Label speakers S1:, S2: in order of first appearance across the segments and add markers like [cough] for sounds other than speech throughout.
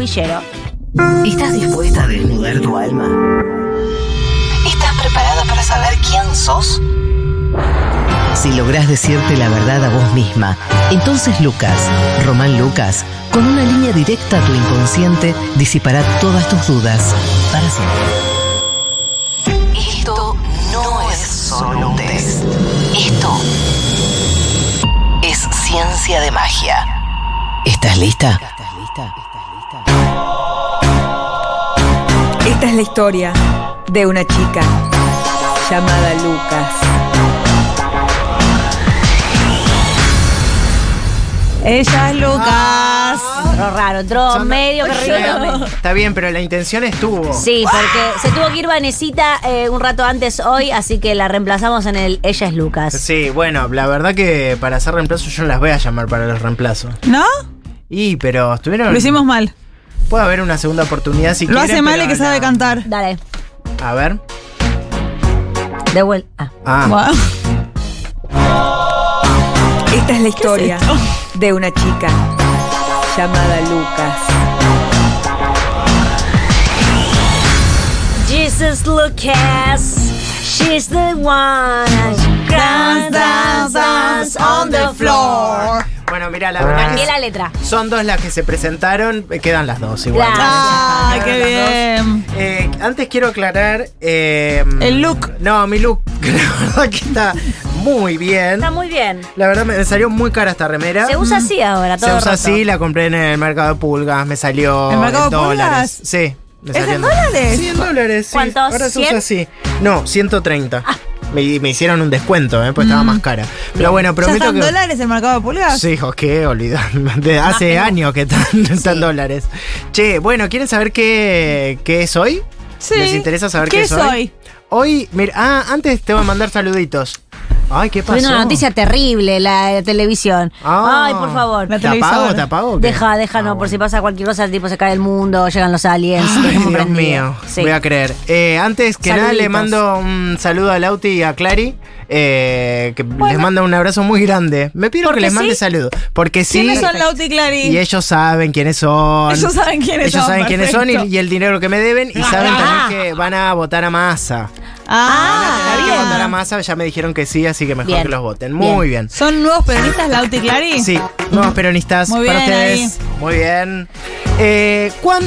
S1: semillero.
S2: ¿Estás dispuesta a desnudar tu alma? ¿Estás preparada para saber quién sos? Si lográs decirte la verdad a vos misma, entonces Lucas, Román Lucas, con una línea directa a tu inconsciente, disipará todas tus dudas para siempre. Esto no es solo un test. Esto es ciencia de magia. ¿Estás lista?
S3: Esta es la historia de una chica llamada Lucas.
S1: Ella es Lucas. Lo raro, entró
S4: Son-
S1: medio perrito.
S4: Está bien, pero la intención estuvo.
S1: Sí, porque se tuvo que ir Vanesita eh, un rato antes hoy, así que la reemplazamos en el Ella es Lucas.
S4: Sí, bueno, la verdad que para hacer reemplazos yo no las voy a llamar para los reemplazos.
S5: ¿No?
S4: Y, pero estuvieron.
S5: Lo hicimos mal.
S4: Puede haber una segunda oportunidad si
S5: Lo
S4: quieren,
S5: hace mal
S4: pero
S5: y que sabe
S4: la-
S5: cantar.
S1: Dale,
S4: A ver.
S1: de vuelta. Ah.
S4: Ah.
S5: Guau.
S3: Esta es la historia de una chica llamada Lucas.
S1: Jesus Lucas, she's the one. She Cries, dance, dance on the floor.
S4: Bueno, mira, la verdad que
S1: Cambié la letra.
S4: son dos las que se presentaron. eh, Quedan las dos igual.
S1: Claro.
S4: Quedan
S5: ¡Ay, Ah, qué
S4: las dos.
S5: bien!
S4: Eh, antes quiero aclarar. eh,
S5: El look.
S4: No, mi look. [laughs] que La verdad que está muy bien.
S1: Está muy bien.
S4: La verdad me me salió muy cara esta remera.
S1: Se usa así ahora, todo
S4: Mm. Se
S1: roto.
S4: usa así, la compré en el mercado de pulgas, me salió
S5: ¿El mercado
S4: en
S5: de
S4: dólares.
S5: pulgas?
S4: Sí. me
S5: ¿Es
S4: salió
S5: en dólares?
S4: Sí, en dólares. sí.
S1: ¿Cuántos?
S4: Ahora se
S1: ¿Cien? Ah.
S4: usa así. No, 130. Me, me hicieron un descuento, eh, pues estaba
S1: Mm.
S4: más cara. Pero bueno,
S5: ¿Ya
S4: prometo
S5: están
S4: que...
S5: dólares el mercado de pulgas?
S4: Sí, hijo, qué olvidando. [laughs] De hace años que están, están dólares. Che, bueno, ¿quieren saber qué, qué es hoy?
S5: Sí.
S4: ¿Les interesa saber qué,
S5: ¿Qué
S4: es hoy?
S5: soy?
S4: Hoy, mira, ah, antes te voy a mandar saluditos. Ay, ¿qué pasó?
S1: Tuve una noticia terrible la de televisión.
S4: Ah.
S1: Ay, por favor.
S5: La
S4: ¿Te apago, te apago? o qué?
S1: Deja, deja, no, por si pasa cualquier cosa, tipo se cae el mundo, llegan los aliens.
S4: Ah, Ay,
S1: Como
S4: Dios
S1: prendido.
S4: mío,
S1: Sí.
S4: voy a creer. Eh, antes que nada, le
S1: Saluditos.
S4: mando un saludo a Lauti y a Clary. eh, que les mando un abrazo muy grande. Me pido que
S5: Porque
S4: les mande
S5: sí.
S4: saludos. Porque sí.
S5: ¿Quiénes son Lauti y Clarín?
S4: Y ellos saben quiénes son.
S5: Ellos saben quiénes
S4: Ellos
S5: son,
S4: saben quiénes son y,
S5: perfecto.
S4: y el dinero que me deben. Y saben también que van a votar a masa.
S5: Ah,
S4: Hay que
S5: bien.
S4: votar a masa, ya me dijeron que sí, así que mejor
S1: Bien.
S4: que los voten. Muy bien.
S5: ¿Son nuevos peronistas Lauti y Clarín?
S4: Sí, nuevos peronistas
S5: Muy
S4: para
S5: bien
S4: ustedes. Muy bien. Eh, ¿Cuán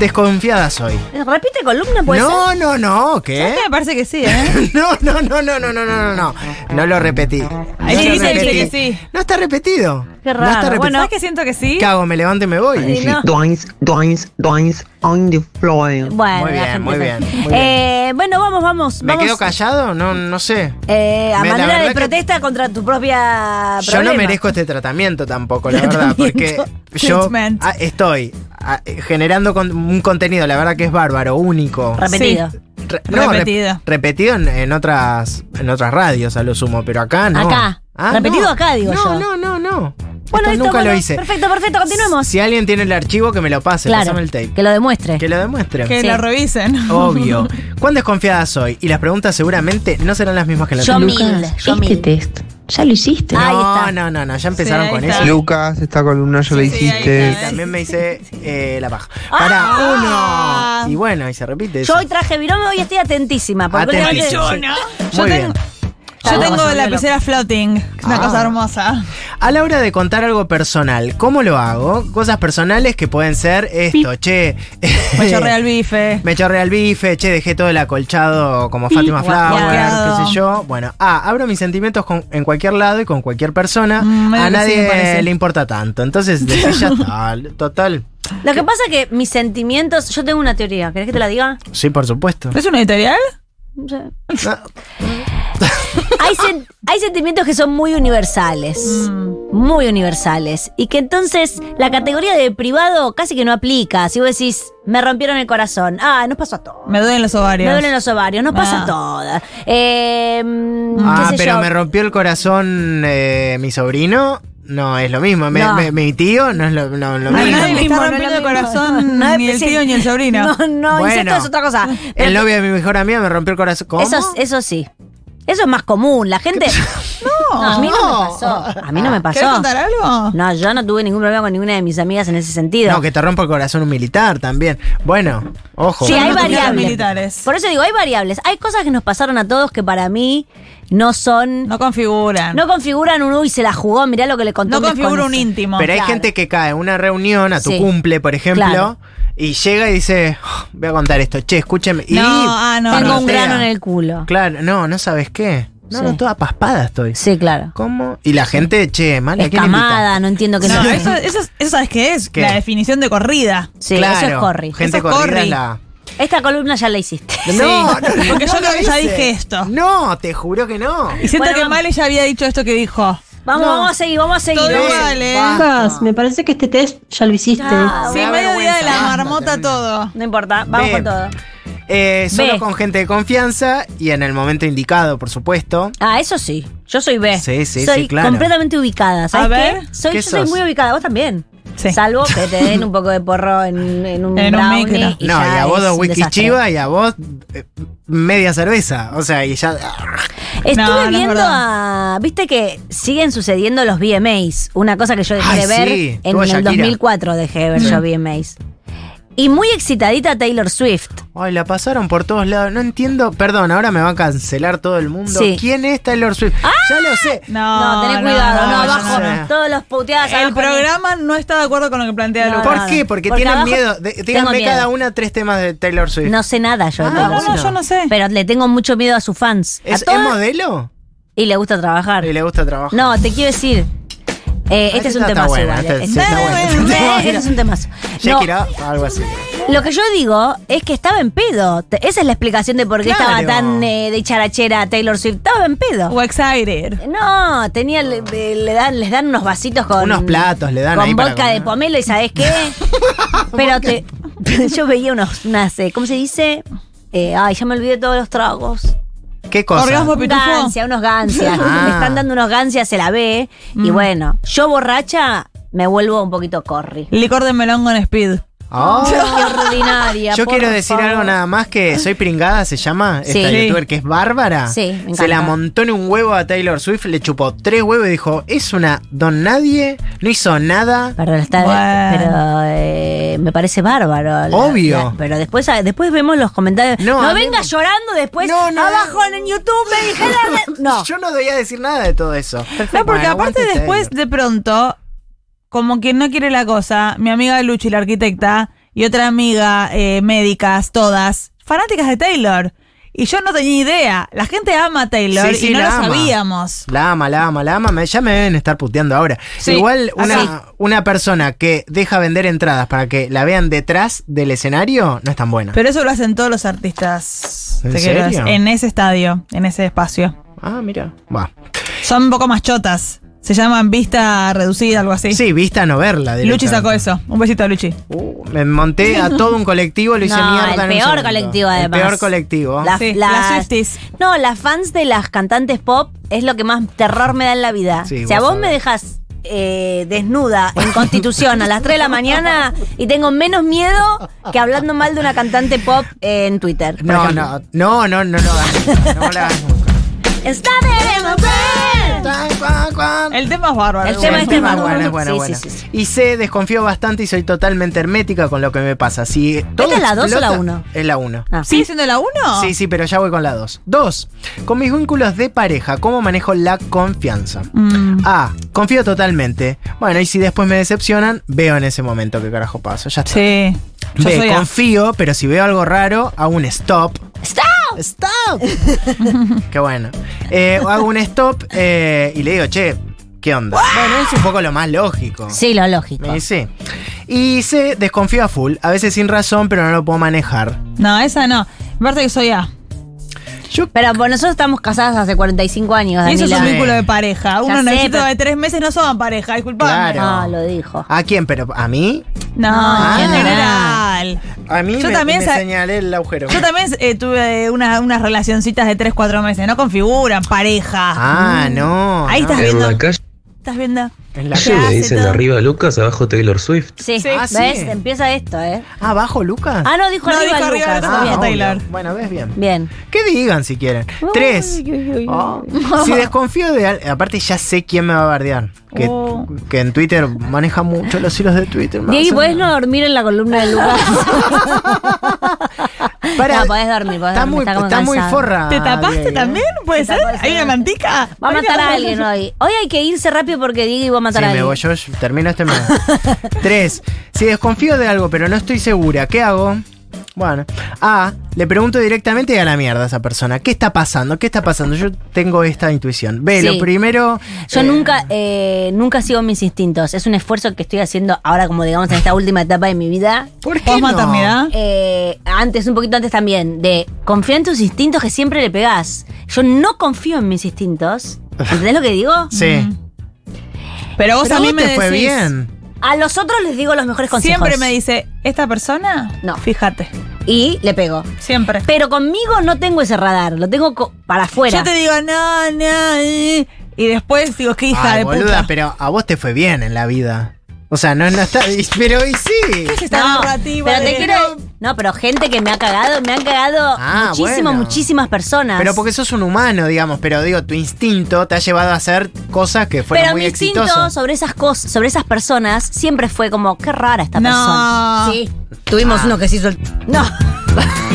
S4: desconfiada soy?
S1: Repite columna, pues.
S4: No, no, no, ¿qué?
S5: Este me parece que sí,
S4: [laughs]
S5: ¿eh?
S4: No, no, no, no, no, no, no, no, no. No lo repetí. No
S5: sí,
S4: lo
S5: dice
S4: repetí.
S5: que sí.
S4: No está repetido.
S1: Qué
S4: No
S1: raro.
S4: está repetido.
S1: Bueno.
S5: ¿Sabes que siento que sí?
S4: ¿Qué hago? ¿Me levanto y me voy?
S1: Sí, no.
S6: Doins, doins, doins on the floor.
S1: Bueno, la
S4: Muy bien,
S1: gente
S4: muy
S1: sabe.
S4: bien, muy bien.
S1: Eh, bueno, vamos, vamos.
S4: ¿Me
S1: vamos.
S4: quedo callado? No, no sé.
S1: Eh, a
S4: Me- la
S1: manera
S4: verdad
S1: de
S4: que-
S1: protesta contra tu propia.
S4: Yo no
S1: problema.
S4: merezco este tratamiento tampoco,
S1: [laughs]
S4: la verdad, porque yo
S5: Treatment.
S4: ah, estoy ah, generando con- un contenido, la verdad que es bárbaro, único.
S1: Repetido.
S4: Re- no, rep-
S5: Repetido.
S4: repetido en, en otras en otras radios a lo sumo, pero acá no. Ah,
S1: Acá. Repetido acá, digo
S4: no,
S1: yo.
S4: No, no, no,
S1: Bueno,
S4: Esto
S1: listo,
S4: nunca lo
S1: bueno,
S4: hice.
S1: Perfecto, perfecto, continuemos.
S4: Si alguien tiene el archivo, que me lo pase,
S1: claro.
S4: pásame el tape.
S1: Que lo demuestre.
S4: Que lo demuestre.
S5: Que
S1: Sí.
S5: lo revisen.
S4: Obvio. ¿Cuán desconfiada soy? Y las preguntas seguramente no serán las mismas que las
S1: Yo
S4: tuyas.
S1: mil. Yo
S7: este
S1: mil.
S7: test ya lo hiciste.
S1: Ah. Ahí
S4: No,
S1: está.
S4: no, no, no, ya empezaron
S5: [laughs] Sí, ahí
S4: con
S5: está.
S4: eso.
S8: Lucas, esta columna yo la
S5: Sí, sí, ahí
S8: hiciste.
S5: está, ¿eh?
S4: También me hice eh, la paja.
S5: Ah.
S4: Para uno. Y bueno, y se repite.
S1: Yo
S4: Eso.
S1: hoy traje virome, hoy estoy atentísima. Porque
S4: Atentísima.
S1: últimamente-
S5: Yo
S4: Muy
S5: tengo,
S4: bien.
S5: yo tengo
S4: Ah.
S1: Vamos,
S5: la lapicera floating. que Es una cosa
S4: [laughs]
S5: hermosa.
S4: A la hora de contar algo personal, ¿cómo lo hago? Cosas personales que pueden ser esto, che. [laughs]
S5: Me chorrea el bife.
S4: Me chorré al bife, che, dejé todo el acolchado como Fátima Flower,
S5: guaqueado.
S4: qué sé yo. Bueno, A, abro mis sentimientos con- en cualquier lado y con cualquier persona.
S5: Mm, medio
S4: a
S5: que sí, me
S4: nadie
S5: parece.
S4: le importa tanto. Entonces, decís, ya tal, total.
S1: Lo que pasa es que mis sentimientos. Yo tengo una teoría. ¿Querés que te la diga?
S4: Sí, por supuesto.
S5: ¿Es una editorial? Ah. [laughs]
S1: hay, sen- hay sentimientos que son muy universales.
S5: Mm.
S1: Muy universales. Y que entonces la categoría de privado casi que no aplica. Si vos decís, me rompieron el corazón. Ah, nos pasó a todos.
S5: Me duelen los ovarios.
S1: Me duelen los ovarios, nos pasa
S5: Ah.
S1: a todas. Eh, mm,
S4: Ah,
S1: qué sé
S4: pero
S1: yo.
S4: me rompió el corazón eh, mi sobrino. No, es lo mismo. Me-
S1: No.
S4: me- mi tío no es lo, no, lo mismo.
S5: A nadie
S1: no,
S5: le
S1: no,
S5: está
S1: no,
S5: rompiendo
S1: no,
S5: el
S1: no,
S5: corazón
S1: no, no,
S5: ni el
S1: sí.
S5: tío ni el sobrino.
S1: [laughs] No, no,
S4: Bueno.
S1: incesto es otra cosa.
S4: El novio de mi mejor amiga me rompió el corazón. ¿Cómo?
S1: Eso, eso sí. Eso es más común. La
S5: [laughs]
S1: gente. No, a mí no me pasó. A mí no me
S5: ¿Querés
S1: pasó.
S5: contar algo?
S1: No, yo no tuve ningún problema con ninguna de mis amigas en ese sentido.
S4: No, que te rompa el corazón un militar también. Bueno, ojo.
S1: Sí, hay
S5: no tuve
S1: variables.
S5: militares.
S1: Por eso digo, hay variables. Hay cosas que nos pasaron a todos que para mí no son.
S5: No configuran.
S1: No configuran un uy, se la jugó, mirá lo que le contó.
S5: No configura un
S1: íntimo.
S5: íntimo.
S4: Pero hay
S1: claro.
S4: gente que cae a una reunión, a tu
S1: Sí.
S4: cumple, por ejemplo,
S1: Claro.
S4: y llega y dice, "Oh, voy a contar esto, che, escúcheme. y
S5: No, ah, no.
S1: Tengo un
S4: parlotea.
S1: grano en el culo.
S4: Claro, no, no sabes qué. No,
S1: Sí.
S4: no, toda paspada estoy.
S1: Sí, claro.
S4: ¿Cómo? Y la gente, che, mal, ¿a quién
S1: Escamada,
S4: invitas?
S1: no entiendo qué
S5: No,
S1: son.
S5: eso, eso, es- eso sabes qué es
S4: ¿Qué?
S5: la definición de corrida.
S1: Sí, eso es
S4: Claro,
S1: corri.
S4: Gente
S5: Eso es
S4: corrida
S5: corri.
S4: es la.
S1: Esta columna ya la hiciste. [laughs]
S5: Sí, porque yo
S4: no
S5: creo
S4: lo
S5: que ya
S4: hice.
S5: dije esto.
S4: No, te juro que no.
S5: Y siento
S1: Bueno,
S5: que
S1: vamos.
S5: Male ya había dicho esto que dijo.
S1: Vamos, vamos a seguir, vamos a seguir.
S5: Todo
S1: vamos a seguir.
S5: vale.
S7: Chicas, me parece que este test ya lo hiciste.
S1: Chao.
S5: Sí,
S4: da
S5: medio día de la
S4: vergüenza.
S5: marmota todo.
S1: No importa, vamos
S4: Ve.
S1: con todo.
S4: Eh, solo
S1: Ve.
S4: con gente de confianza y en el momento indicado, por supuesto.
S1: Ah, eso sí. Yo soy B.
S4: Sí, sí,
S1: soy
S4: sí, claro.
S1: completamente ubicada. ¿Sabes
S5: A
S1: qué?
S5: ver.
S1: Soy,
S4: ¿Qué
S1: yo soy
S4: sos?
S1: muy ubicada. Vos también.
S5: Sí.
S1: Salvo que te
S5: [laughs]
S1: den un poco de porro en, en un
S5: En un
S1: brownie
S5: micro.
S1: y
S4: no,
S1: ya
S4: y a vos
S1: es
S4: dos
S1: un
S4: whisky
S1: desastre.
S4: chiva y a vos eh, media cerveza. O sea, y ya.
S1: Estuve
S5: No, no es
S1: viendo
S5: verdad.
S1: a. Viste que siguen sucediendo los VMAs. Una cosa que yo dejé
S4: Ay,
S1: de
S4: sí,
S1: ver en
S4: tuvo
S1: el
S4: Shakira.
S1: 2004. Dejé de ver yo VMAs. Y muy excitadita Taylor Swift.
S4: Ay, la pasaron por todos lados. No entiendo. Perdón, ahora me va a cancelar todo el mundo.
S1: Sí. Ah,
S4: ¿Quién es Taylor Swift? Ya lo sé.
S1: No,
S5: No,
S1: tenés cuidado. No,
S4: no,
S1: abajo.
S4: no, no.
S1: Todos los puteados.
S5: El
S1: abajo, ni-
S5: programa no está de acuerdo con lo que plantea
S1: No,
S5: Lucas.
S4: ¿Por
S1: nada.
S4: qué? Porque,
S1: Porque
S4: tienen
S1: abajo
S4: miedo. De-
S1: tengo
S4: díganme
S1: miedo.
S4: cada una tres temas de Taylor Swift.
S1: No sé nada yo. de
S4: Ah,
S1: Taylor
S4: bueno,
S1: Swift.
S5: yo no sé.
S1: Pero le tengo mucho miedo a sus fans. A
S4: ¿Es, es
S1: todas-
S4: modelo?
S1: y le gusta trabajar.
S4: Y le gusta trabajar.
S1: No, te quiero decir. eh, este
S4: esta
S1: es un
S4: está
S1: temazo
S4: buena,
S1: igual.
S4: esta
S1: eh.
S4: sí está [laughs] buena, esta está
S1: Eh, Este
S4: buena.
S1: es un temazo. No,
S4: Shakira, algo así.
S1: lo que yo digo es que estaba en pedo. Te- Esa es la explicación de por qué
S4: Claro.
S1: estaba tan eh, de charachera Taylor Swift. Estaba en pedo.
S5: O excited.
S1: No, tenía, le, le dan, les dan unos vasitos con.
S4: Unos platos le dan
S1: Con
S4: ahí para
S1: vodka de
S4: comer.
S1: pomelo y ¿sabes
S4: [laughs]
S1: qué? Pero te, [laughs] yo veía unos, unas, eh, ¿cómo se dice? Eh, ay, ya me olvidé todos los tragos.
S4: ¿Qué cosa?
S5: Orgasmo pitufo.
S1: Gancia, unos gancias.
S4: Ah.
S1: Me están dando unos gancias, se la ve. Y bueno, yo borracha me vuelvo un poquito
S5: [laughs]
S1: corri.
S5: Licor de melón con speed.
S4: Oh.
S1: Qué ordinaria.
S4: Yo
S1: por
S4: quiero decir
S1: favor.
S4: algo nada más que soy pringada, se llama
S1: Sí.
S4: esta
S1: Sí.
S4: youtuber que es bárbara.
S1: Sí, me encanta.
S4: se la montó en un huevo a Taylor Swift, le chupó tres huevos y dijo, es una don nadie, no hizo nada.
S1: Perdón, está,
S5: Bueno.
S1: pero eh, me parece bárbaro. la-
S4: Obvio.
S1: la- pero después, ah, después vemos los comentarios. No,
S4: No, a mí
S1: vengas
S4: me-
S1: llorando después.
S4: No, no,
S1: abajo en YouTube me
S4: [laughs]
S1: dijeron. No.
S4: Yo no debía decir nada de todo eso.
S5: No, porque
S4: Bueno,
S5: aparte
S4: aguante
S5: después,
S4: Taylor.
S5: de pronto, como quien no quiere la cosa, mi amiga Luchi, la arquitecta, y otra amiga, eh, médicas, todas, fanáticas de Taylor. Y yo no tenía idea. La gente ama a Taylor
S4: Sí, sí,
S5: y no
S4: la
S5: lo
S4: ama.
S5: sabíamos.
S4: La ama, la ama, la ama. Me- ya me deben estar puteando ahora.
S5: Sí,
S4: Igual
S5: así.
S4: una, una persona que deja vender entradas para que la vean detrás del escenario no es tan buena.
S5: Pero eso lo hacen todos los artistas.
S4: ¿En
S5: te quiero decir,
S4: serio?
S5: En ese estadio, en ese espacio.
S4: ah, mira. Va.
S5: Son un poco más chotas. Se llaman vista reducida, algo así.
S4: Sí, vista no verla.
S5: Luchi sacó
S4: directamente.
S5: eso. Un besito a Luchi.
S4: Uh, me monté a todo un colectivo, lo hice
S1: No,
S4: mierda.
S1: el
S4: en un
S1: peor
S4: segundo.
S1: colectivo,
S4: El
S1: además.
S4: peor colectivo.
S1: La-
S5: Sí,
S1: las-
S5: las Swifties.
S1: No, las fans de las cantantes pop es lo que más terror me da en la vida.
S4: Sí,
S1: o sea,
S4: vos
S1: vos me
S4: sabés.
S1: dejas desnuda
S4: [laughs]
S1: en Constitución a las 3 de la mañana y tengo menos miedo que hablando mal de una cantante pop en Twitter. por
S4: No,
S1: ejemplo.
S4: no, no, no, no lo hagas. nunca, No lo hagas nunca.
S1: Está de mujer.
S5: El tema es bárbaro.
S1: El
S5: igual.
S1: tema es que-
S4: Buena,
S1: bárbaro.
S4: buena, buena,
S1: Sí,
S4: buena.
S1: sí, sí, sí.
S4: Y sé, desconfío bastante y soy totalmente hermética con lo que me pasa. Si todo
S1: es la dos o
S4: explota-
S1: la uno?
S4: Es la 1.
S1: Ah.
S5: ¿Sigue siendo la 1?
S4: Sí, sí, pero ya voy con la 2. 2. Con mis vínculos de pareja, ¿cómo manejo la confianza?
S5: Mm.
S4: A. Confío totalmente. Bueno, y si después me decepcionan, veo en ese momento qué carajo paso. Ya está.
S5: Sí. Yo
S4: Ve,
S5: soy A.
S4: confío, pero si veo algo raro, hago un stop.
S1: Oh,
S4: ¡Stop! ¡Stop! [laughs] Qué bueno. Eh, hago un stop eh, y le digo, che, ¿qué onda? Bueno, es un poco lo más lógico.
S1: Sí, lo lógico.
S4: Y sí. Y se desconfío a full, a veces sin razón, pero no lo puedo manejar.
S5: No, esa no. Me parece que soy A.
S4: Yo
S1: Pero bueno, nosotros estamos casadas hace 45 años,
S5: Y eso es un
S1: Daniela.
S4: Sí.
S5: vínculo de pareja. Uno
S1: sé,
S5: necesita
S1: pero-
S5: de tres meses, no son pareja, disculpame.
S4: Claro.
S1: Ah, lo dijo.
S4: ¿A quién? ¿Pero a mí?
S5: No,
S1: Ah.
S5: en general.
S4: A mí
S5: Yo
S4: me,
S5: también
S4: me
S5: sa-
S4: señalé el agujero.
S5: Yo también eh, tuve una- unas relacioncitas de tres, cuatro meses. No configuran pareja.
S4: Ah, no.
S5: Ahí
S4: no.
S5: estás viendo. ¿Estás viendo?
S4: En la
S5: Sí.
S8: Le
S5: hace
S8: dicen
S5: todo.
S8: arriba Lucas, abajo Taylor Swift.
S1: Sí,
S5: Sí.
S4: Ah, sí.
S1: ¿ves? Empieza esto, ¿eh?
S4: ¿Abajo, Lucas?
S1: Ah, no, dijo
S5: No,
S1: arriba
S5: dijo arriba
S1: Lucas.
S5: Lucas,
S1: Bien.
S5: no. Taylor.
S4: obvio. Bueno, ves bien.
S1: Bien.
S4: Que digan si quieren. Tres. Oh. Si desconfío de al- Aparte, ya sé quién me va a bardear. Que,
S5: Oh.
S4: que en Twitter maneja mucho los hilos de Twitter. me
S1: Diego,
S4: vas a-
S1: ¿podés no dormir en la columna de [laughs] Lucas?
S4: [laughs] Para-
S1: no, podés dormir, podés
S4: Está
S1: dormir,
S4: muy,
S1: está como
S4: está muy
S1: cansado.
S4: forra.
S5: ¿Te tapaste
S4: Diego, ¿eh?
S5: también? ¿Puede
S1: Te
S5: ser?
S1: tapó,
S5: ¿Hay
S1: sí.
S5: una mantica?
S1: Va a matar a
S5: Oiga,
S1: alguien hoy. Hoy hay que irse rápido porque Diego iba a
S4: Sí,
S1: matar a
S4: me
S1: alguien.
S4: voy yo, yo termino este
S5: [laughs]
S4: mes. Tres. Si desconfío de algo, pero no estoy segura, ¿qué hago? Bueno. A. Le pregunto directamente y a la mierda a esa persona. ¿Qué está pasando? ¿Qué está pasando? Yo tengo esta intuición. B.
S1: Sí.
S4: Lo primero.
S1: Yo
S4: eh,
S1: nunca, eh, nunca sigo mis instintos. Es un esfuerzo que estoy haciendo ahora, como digamos, en esta última etapa de mi vida.
S4: ¿Por qué? No?
S5: ¿Posmaternidad?
S1: Eh, antes, un poquito antes también, de confiar en tus instintos que siempre le pegás. Yo no confío en mis instintos. ¿Entendés lo que digo?
S4: Sí.
S5: Pero vos
S4: Pero
S5: a mí
S4: vos
S5: me
S4: te fue
S5: decís,
S4: bien.
S1: A los otros les digo los mejores consejos.
S5: Siempre me dice, ¿esta persona?
S1: No.
S5: Fíjate.
S1: Y le pego.
S5: Siempre.
S1: Pero conmigo no tengo ese radar, lo tengo co- para afuera.
S5: Yo te digo, no, no. eh", Y después digo, qué hija
S4: Ay,
S5: de
S4: boluda,
S5: puta.
S4: pero a vos te fue bien en la vida. O sea, no, no está. [laughs] y- Pero hoy sí.
S5: ¿Qué es esta
S1: No,
S5: narrativa
S1: pero te
S5: de-
S1: quiero. eh, No, pero gente que me ha cagado, me han cagado
S4: Ah,
S1: muchísimas,
S4: bueno.
S1: muchísimas personas.
S4: Pero porque sos un humano, digamos. Pero digo, tu instinto te ha llevado a hacer cosas que fueron
S1: Pero
S4: muy
S1: mi instinto
S4: exitosas.
S1: sobre esas cosas, sobre esas personas, siempre fue como, qué rara esta
S5: No.
S1: persona. Sí. Tuvimos uno que se hizo el. No. [laughs]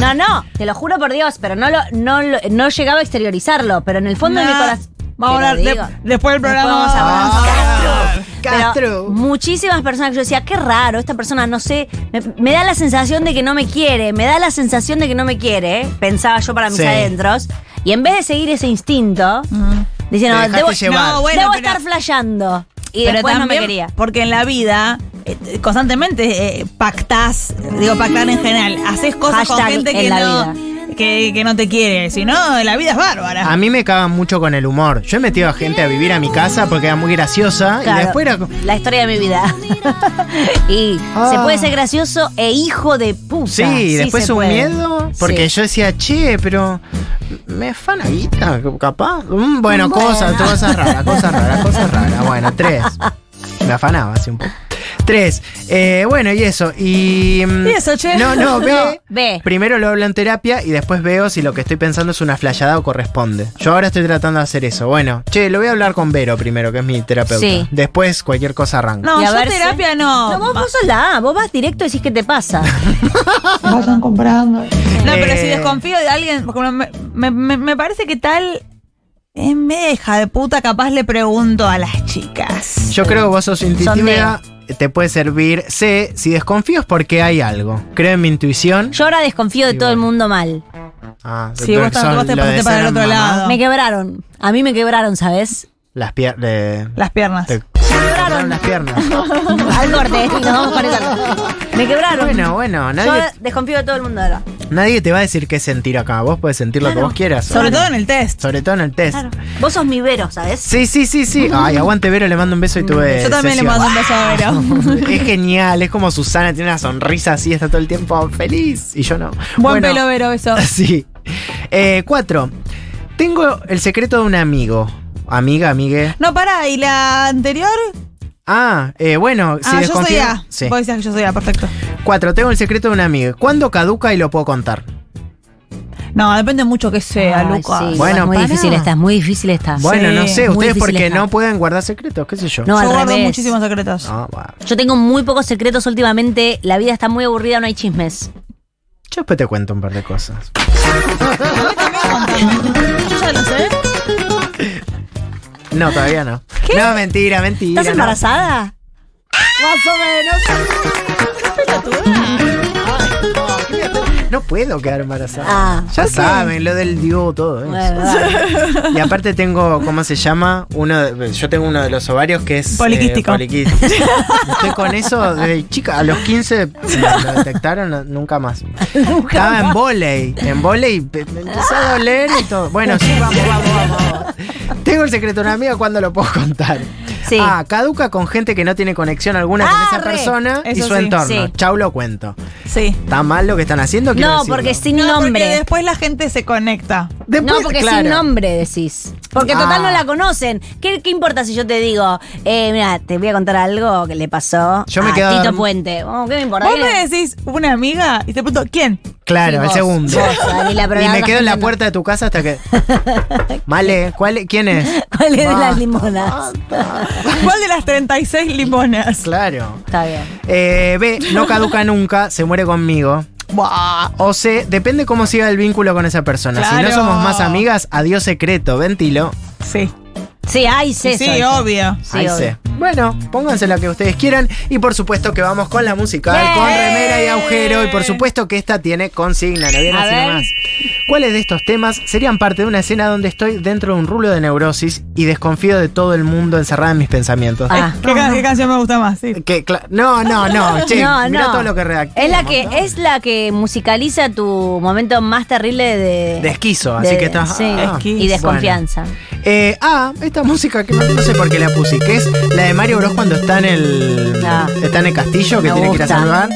S1: No, no, te lo juro por Dios, pero no lo, no, lo- no llegaba a exteriorizarlo, pero en el fondo de mi
S5: Nah,
S1: corazón.
S5: Vamos
S1: Te
S5: a
S1: lo
S5: hablar de-
S1: digo.
S5: después del programa.
S1: vamos a hablar.
S4: Ah,
S1: Pero
S4: Castro.
S1: muchísimas personas que yo decía, qué raro, esta persona no sé, me, me da la sensación de que no me quiere, me da la sensación de que no me quiere, pensaba yo para mis
S4: Sí.
S1: adentros. Y en vez de seguir ese instinto, diciendo,
S4: Te dejaste
S1: debo,
S4: llevar.
S5: No, bueno,
S1: Mm. debo
S5: pero-
S1: estar flasheando. Y
S5: Pero
S1: después no me
S5: también
S1: quería.
S5: Porque en la vida eh, constantemente eh, pactás, digo pactar en general, haces cosas con
S1: Hashtag
S5: gente
S1: en
S5: que
S1: la
S5: no, que, que no te quiere, si no, la vida es bárbara.
S4: A mí me cagan mucho con el humor. Yo he metido a gente a vivir a mi casa porque era muy graciosa.
S1: Claro,
S4: Y después era. co-
S1: La historia de mi vida. [laughs] y se
S4: Ah.
S1: puede ser gracioso e hijo de puta.
S4: Sí, y después
S1: se
S4: un
S1: puede.
S4: miedo. Porque
S1: Sí.
S4: yo decía, che, pero. Me fanaguita, capaz. Mm, bueno, cosas, cosas raras, cosas raras, cosas raras. Bueno, tres. Me afanaba así un poco. Tres. Eh, bueno, y eso. Y. mm,
S5: Y eso, che.
S4: No, no, ve.
S5: Eh.
S1: ve.
S4: Primero lo hablo en terapia y después veo si lo que estoy pensando es una flayada o corresponde. Yo ahora estoy tratando de hacer eso. Bueno, che, lo voy a hablar con Vero primero, que es mi terapeuta.
S1: Sí.
S4: Después cualquier cosa arranca.
S5: No,
S1: Y a
S5: yo
S1: verse.
S5: terapia no.
S1: No, vos,
S5: Va-
S1: vos sos la A, vos vas directo y decís qué te pasa.
S6: Vayan comprando.
S5: No, pero si
S4: Eh.
S5: desconfío de alguien, porque me, me- me- me parece que tal es media hija de puta, capaz le pregunto a las chicas.
S4: Yo creo que vos sos intuitiva, te puede servir. C, si desconfío es porque hay algo. Creo en mi intuición.
S1: Yo ahora desconfío de
S4: Sí,
S1: todo el
S4: bueno.
S1: mundo mal.
S4: Ah,
S5: Sí,
S4: pero
S5: vos también-
S4: son
S5: vos te
S4: lo de
S5: pasaste para
S4: ser
S5: el otro
S4: mamá.
S5: lado.
S1: Me quebraron. A mí me quebraron,
S4: [laughs]
S1: ¿sabes?
S4: Las piernas.
S5: Las piernas.
S4: Te cortaron las
S5: [laughs]
S4: piernas.
S1: Al corte, nos vamos con el corte. Me quebraron.
S4: Bueno, bueno,
S1: Yo
S4: nadie,
S1: desconfío de todo el mundo ahora.
S4: nadie te va a decir qué sentir acá. Vos podés sentir lo que vos quieras.
S5: Sobre todo en el test.
S4: Sobre todo en el test.
S1: Claro. Vos sos mi vero, ¿sabes?
S4: Sí, sí, sí,
S5: [laughs]
S4: sí. Ay, aguante Vero, le mando un beso y tuve.
S5: Yo también le
S4: sesión.
S5: mando un beso a
S4: [laughs]
S5: Vero.
S4: Es genial, es como Susana, tiene una sonrisa así, está todo el tiempo feliz. Y yo no.
S5: Buen
S4: Bueno,
S5: pelo, Vero, beso.
S4: [laughs] Sí. Eh, cuatro. Tengo el secreto de un amigo. Amiga, amigue.
S5: No, pará, ¿y la anterior?
S4: Ah, eh, bueno, si
S5: ah, yo soy
S4: desconfío-
S5: A.
S4: Sí.
S5: Vos decías que yo soy A, perfecto.
S4: Cuatro, tengo el secreto de un amigo. ¿Cuándo caduca y lo puedo contar?
S5: No, depende mucho que sea,
S1: Ay,
S5: Lucas.
S1: sí,
S4: Bueno,
S1: es muy
S4: pará.
S1: difícil esta, es muy difícil esta.
S5: Ah,
S4: Bueno, no sé,
S1: muy
S4: ustedes
S1: difícil
S4: porque
S1: está.
S4: no pueden guardar secretos, qué sé yo.
S1: No,
S5: Yo
S1: al
S5: guardo
S1: revés.
S5: muchísimos secretos.
S4: Ah, bueno.
S1: Yo tengo muy pocos secretos últimamente. La vida está muy aburrida, no hay chismes.
S4: Yo después te cuento un par
S1: [laughs]
S4: de cosas.
S5: Yo ya lo sé.
S4: No, todavía no. No, mentira, mentira.
S1: ¿Estás
S4: no.
S1: embarazada?
S4: Más o menos. No puedo quedar embarazada.
S1: Ah,
S4: ya saben, lo del dios todo. ¿eh? eso.
S1: Bueno, dale.
S4: Y aparte tengo, ¿cómo se llama? Uno de- yo tengo uno de los ovarios que es
S5: Poliquístico.
S4: eh, poliquístico. Estoy con eso desde chica, a los 15 me lo detectaron, no- nunca más. Estaba en volei, en volei pe- me empezó a doler y todo. Bueno, sí, vamos, vamos, vamos. Tengo el secreto de una amiga cuando lo puedo contar.
S1: Sí.
S4: Ah, caduca con gente que no tiene conexión alguna con
S1: Ah,
S4: esa
S1: re.
S4: persona y
S5: Eso
S4: su
S5: sí.
S4: entorno.
S1: Sí.
S4: Chau lo cuento.
S5: Sí.
S4: ¿Está mal lo que están haciendo? Quiero
S1: No,
S4: decirlo.
S1: porque sin
S5: No, porque
S1: nombre.
S5: después la gente se conecta.
S4: Después,
S1: no, porque
S4: claro.
S1: sin nombre decís. Porque total
S4: Ah.
S1: no la conocen. ¿Qué, qué importa si yo te digo, eh, mira, te voy a contar algo que le pasó
S4: Yo me
S1: a
S4: quedo-
S1: Tito Puente? Oh, ¿Qué me importa?
S5: Vos
S1: ¿Quién
S5: me
S1: es?
S5: decís una amiga y te pregunto, ¿quién?
S4: Claro,
S1: Sí,
S4: el
S1: vos,
S4: segundo.
S1: vos, Daniela, pero
S4: [laughs] y
S1: la
S4: me
S1: otra
S4: quedo en la
S1: gente no.
S4: puerta de tu casa
S1: [laughs]
S4: hasta que. Vale, ¿cuál, ¿quién es?
S1: ¿Cuál es de
S4: Ah.
S1: las limonas?
S5: [laughs] ¿Cuál de las 36 limonas?
S4: Claro.
S1: Está bien.
S4: Eh, B, no caduca nunca, se muere conmigo. O C, depende cómo siga el vínculo con esa persona. Si no
S5: Claro.
S4: somos más amigas, adiós secreto, ventilo.
S5: Sí.
S1: Sí, ay,
S5: Sí,
S1: César. eso.
S5: obvio.
S1: Sí,
S4: Ahí
S1: obvio.
S4: sé. Bueno, pónganse la que ustedes quieran. Y por supuesto que vamos con la musical,
S1: Bien.
S4: con remera y agujero. Y por supuesto que esta tiene consigna, no viene
S1: A
S4: así
S1: ver.
S4: nomás. ¿Cuáles de estos temas serían parte de una escena donde estoy dentro de un rulo de neurosis y desconfío de todo el mundo encerrada en mis pensamientos?
S1: Ah.
S5: ¿Qué, ca- qué canción me gusta más? Sí.
S4: Que cla- no,
S1: [laughs]
S4: no, no, che,
S1: No,
S4: mirá
S1: no.
S4: todo lo que redacté.
S1: Es la que, es la que musicaliza tu momento más terrible de.
S4: De esquizo, así
S1: de-
S4: que estás.
S1: sí,
S4: ah,
S5: esquizo.
S1: y desconfianza.
S4: bueno. Eh, ah, esta música que no, no sé por qué la puse, que es la de Mario Bros cuando está en el.
S1: Ah.
S4: está en el castillo, que
S1: Me
S4: tiene que ir a
S1: gusta.
S4: salvar.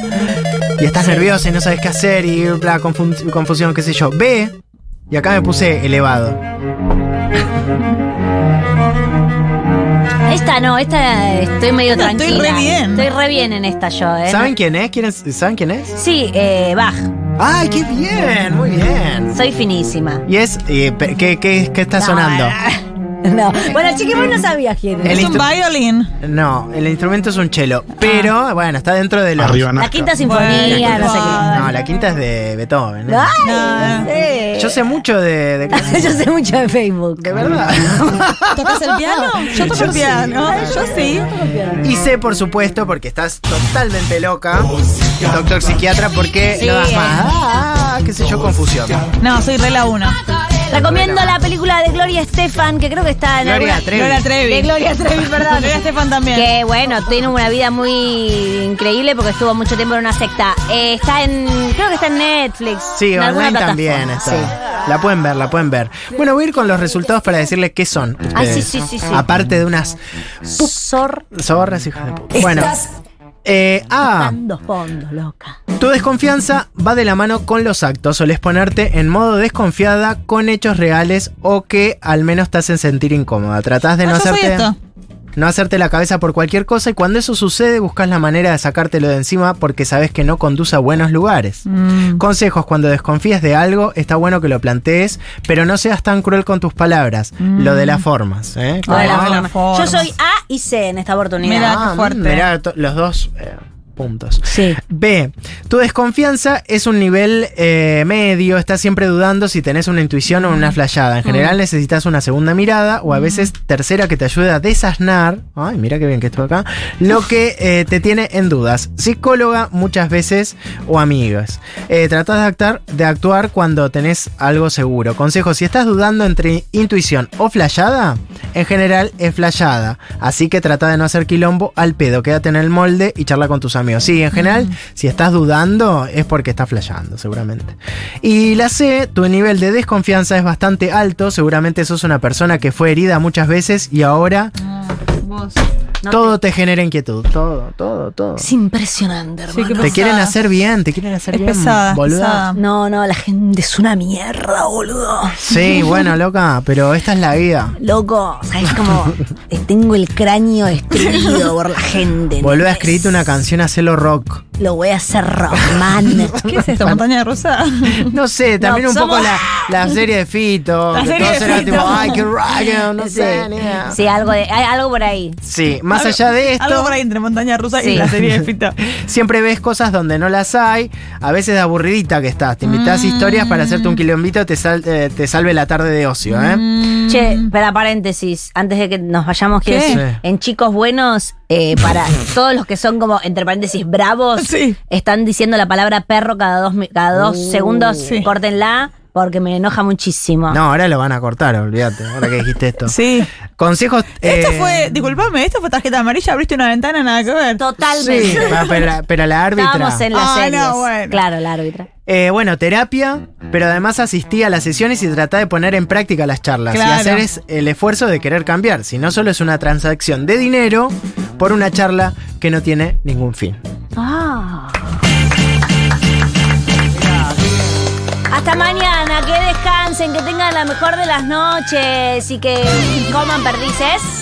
S4: Y estás nerviosa y no sabes qué hacer y bla, confun- confusión, qué sé yo. B, y acá me
S1: Mm.
S4: puse elevado.
S1: Esta no, esta eh, estoy medio
S5: No, estoy
S1: tranquila.
S5: re bien.
S1: Estoy re bien en esta yo, ¿eh?
S4: ¿Saben quién es? ¿Quién es? ¿Saben quién es?
S1: Sí, eh, Bach.
S4: ¡Ay, qué bien! Muy bien.
S1: Soy finísima.
S4: Y es. eh, pe- ¿qué, qué, qué
S1: Ah.
S4: está sonando?
S1: No. Bueno, chiqui, vos no sabías quién
S4: El
S1: es.
S5: Es un
S4: instru-
S5: violín.
S4: No, el instrumento es un cello.
S1: Ah.
S4: Pero, bueno, está dentro de los.
S9: Arriba,
S1: La
S9: Nazca.
S1: quinta sinfonía,
S5: Bueno,
S1: no sé qué.
S4: No, la quinta es de Beethoven. ¿eh?
S1: Ay,
S5: No.
S1: no sé.
S4: Yo sé mucho de, de
S1: [laughs]
S4: clásica.
S1: Yo sé mucho de Facebook. [laughs]
S4: De verdad.
S5: ¿Tocas el [laughs] piano? Yo toco el
S4: sí.
S5: piano. Yo sí.
S4: Y sé, por supuesto, porque estás totalmente loca, doctor psiquiatra, porque
S1: Sí.
S4: no das más. Ah, qué sé yo, confusión.
S5: No, soy re la 1.
S1: Recomiendo la película de Gloria Estefan, que creo que está en
S4: Gloria
S1: alguna-
S4: Trevi.
S5: Gloria Trevi.
S1: De Gloria Trevi, perdón.
S5: Gloria Estefan también.
S1: Que bueno, tiene una vida muy increíble porque estuvo mucho tiempo en una secta. Eh, está en. Creo que está en Netflix.
S4: Sí,
S1: en alguna
S4: online
S1: plataforma.
S4: también está.
S1: Sí.
S4: La pueden ver, la pueden ver. Bueno, voy a ir con los resultados para decirles qué son.
S1: Ah,
S4: ustedes.
S1: sí, sí, sí, sí.
S4: Aparte de unas
S1: Sor-
S4: zorras, hijas de puta. Bueno. Eh, ah,
S1: Dando fondos, loca.
S4: Tu desconfianza va de la mano con los actos. Solés ponerte en modo desconfiada con hechos reales o que al menos te hacen sentir incómoda. Tratás de
S5: Ah,
S4: no,
S5: yo soy
S4: hacerte,
S5: esto.
S4: no hacerte la cabeza por cualquier cosa y cuando eso sucede buscas la manera de sacártelo de encima porque sabes que no conduce a buenos lugares.
S5: Mm.
S4: Consejos, cuando desconfías de algo, está bueno que lo plantees, pero no seas tan cruel con tus palabras. Lo de las formas. ¿eh?
S5: Mm. Lo de las
S4: Ah,
S5: formas. forma.
S1: Yo soy A y C en esta oportunidad.
S5: Mirá.
S4: ah,
S5: qué fuerte.
S4: mirá, to- los dos eh, puntos.
S1: Sí.
S4: B. Tu desconfianza es un nivel eh, medio, estás siempre dudando si tenés una intuición o una flayada. En general necesitas una segunda mirada o a veces tercera que te ayude a desasnar. Ay, mira qué bien que estoy acá. Lo que eh, te tiene en dudas. Psicóloga muchas veces o amigas. Eh, tratás de actuar, de actuar cuando tenés algo seguro. Consejo, si estás dudando entre intuición o flayada, en general es flayada. Así que trata de no hacer quilombo al pedo. Quédate en el molde y charla con tus amigos. Sí, en general, si estás dudando es porque estás flayando, seguramente. Y la C, tu nivel de desconfianza es bastante alto. Seguramente sos una persona que fue herida muchas veces y ahora
S5: Ah, Vos.
S4: todo te genera inquietud. Todo, todo, todo.
S1: Es impresionante, hermano.
S5: Sí, qué
S4: Te
S5: pesada.
S4: quieren hacer bien, te quieren hacer
S5: Es
S4: bien.
S5: pesada,
S4: boluda.
S5: pesada.
S1: No, no, la gente es una mierda, boludo.
S4: Sí, bueno, loca, pero esta es la vida.
S1: Loco, ¿sabes
S4: [laughs]
S1: cómo? Eh, Tengo el cráneo destruido por la gente. ¿no?
S4: Volvé a escribirte una canción a celo
S5: [laughs]
S4: rock.
S1: Lo voy a hacer Román.
S4: [laughs]
S5: ¿Qué es esto? ¿Montaña rusa?
S4: No sé, también
S1: No,
S4: un
S1: somos-
S4: poco la,
S5: [laughs]
S4: la serie de Fito.
S5: La
S4: que
S5: serie
S4: todos
S5: de
S4: eran
S5: Fito.
S4: tipo, ay, qué rock, no sé, ni idea.
S1: Sí, algo, de, hay algo por ahí.
S4: Sí, [laughs] más
S5: Algo-
S4: allá de
S5: Algo
S4: esto,
S5: por ahí entre montaña rusa
S1: Sí.
S5: y la serie de Fito.
S4: siempre ves cosas donde no las hay. A veces de aburridita que estás. Te invitás historias para hacerte
S5: Mm.
S4: un quilombito, te, sal- eh, te salve la tarde de ocio, ¿eh?
S1: Che, para paréntesis, antes de que nos vayamos, quiero
S5: ¿Qué?
S1: decir,
S4: Sí.
S1: en Chicos Buenos, eh, para todos los que son como, entre paréntesis, bravos,
S5: Sí.
S1: están diciendo la palabra perro cada dos, mi- cada dos
S4: Uh,
S1: segundos,
S5: Sí.
S1: córtenla, porque me enoja muchísimo.
S4: No, ahora lo van a cortar, olvídate. Ahora que dijiste esto.
S5: [laughs] Sí.
S4: Consejos.
S5: Esto
S4: eh,
S5: fue, disculpame, esto fue tarjeta amarilla, abriste una ventana, nada que ver.
S1: Totalmente.
S4: Sí, pa- pero, la- pero la árbitra.
S1: Estábamos en las
S5: Ah,
S1: series.
S5: no, bueno.
S1: Claro, la árbitra.
S4: Eh, bueno, terapia, pero además asistí a las sesiones y traté de poner en práctica las charlas y
S5: Claro.
S4: hacer es- el esfuerzo de querer cambiar, si no solo es una transacción de dinero por una charla que no tiene ningún fin.
S1: Ah. Hasta mañana, que descansen, que tengan la mejor de las noches y que coman perdices.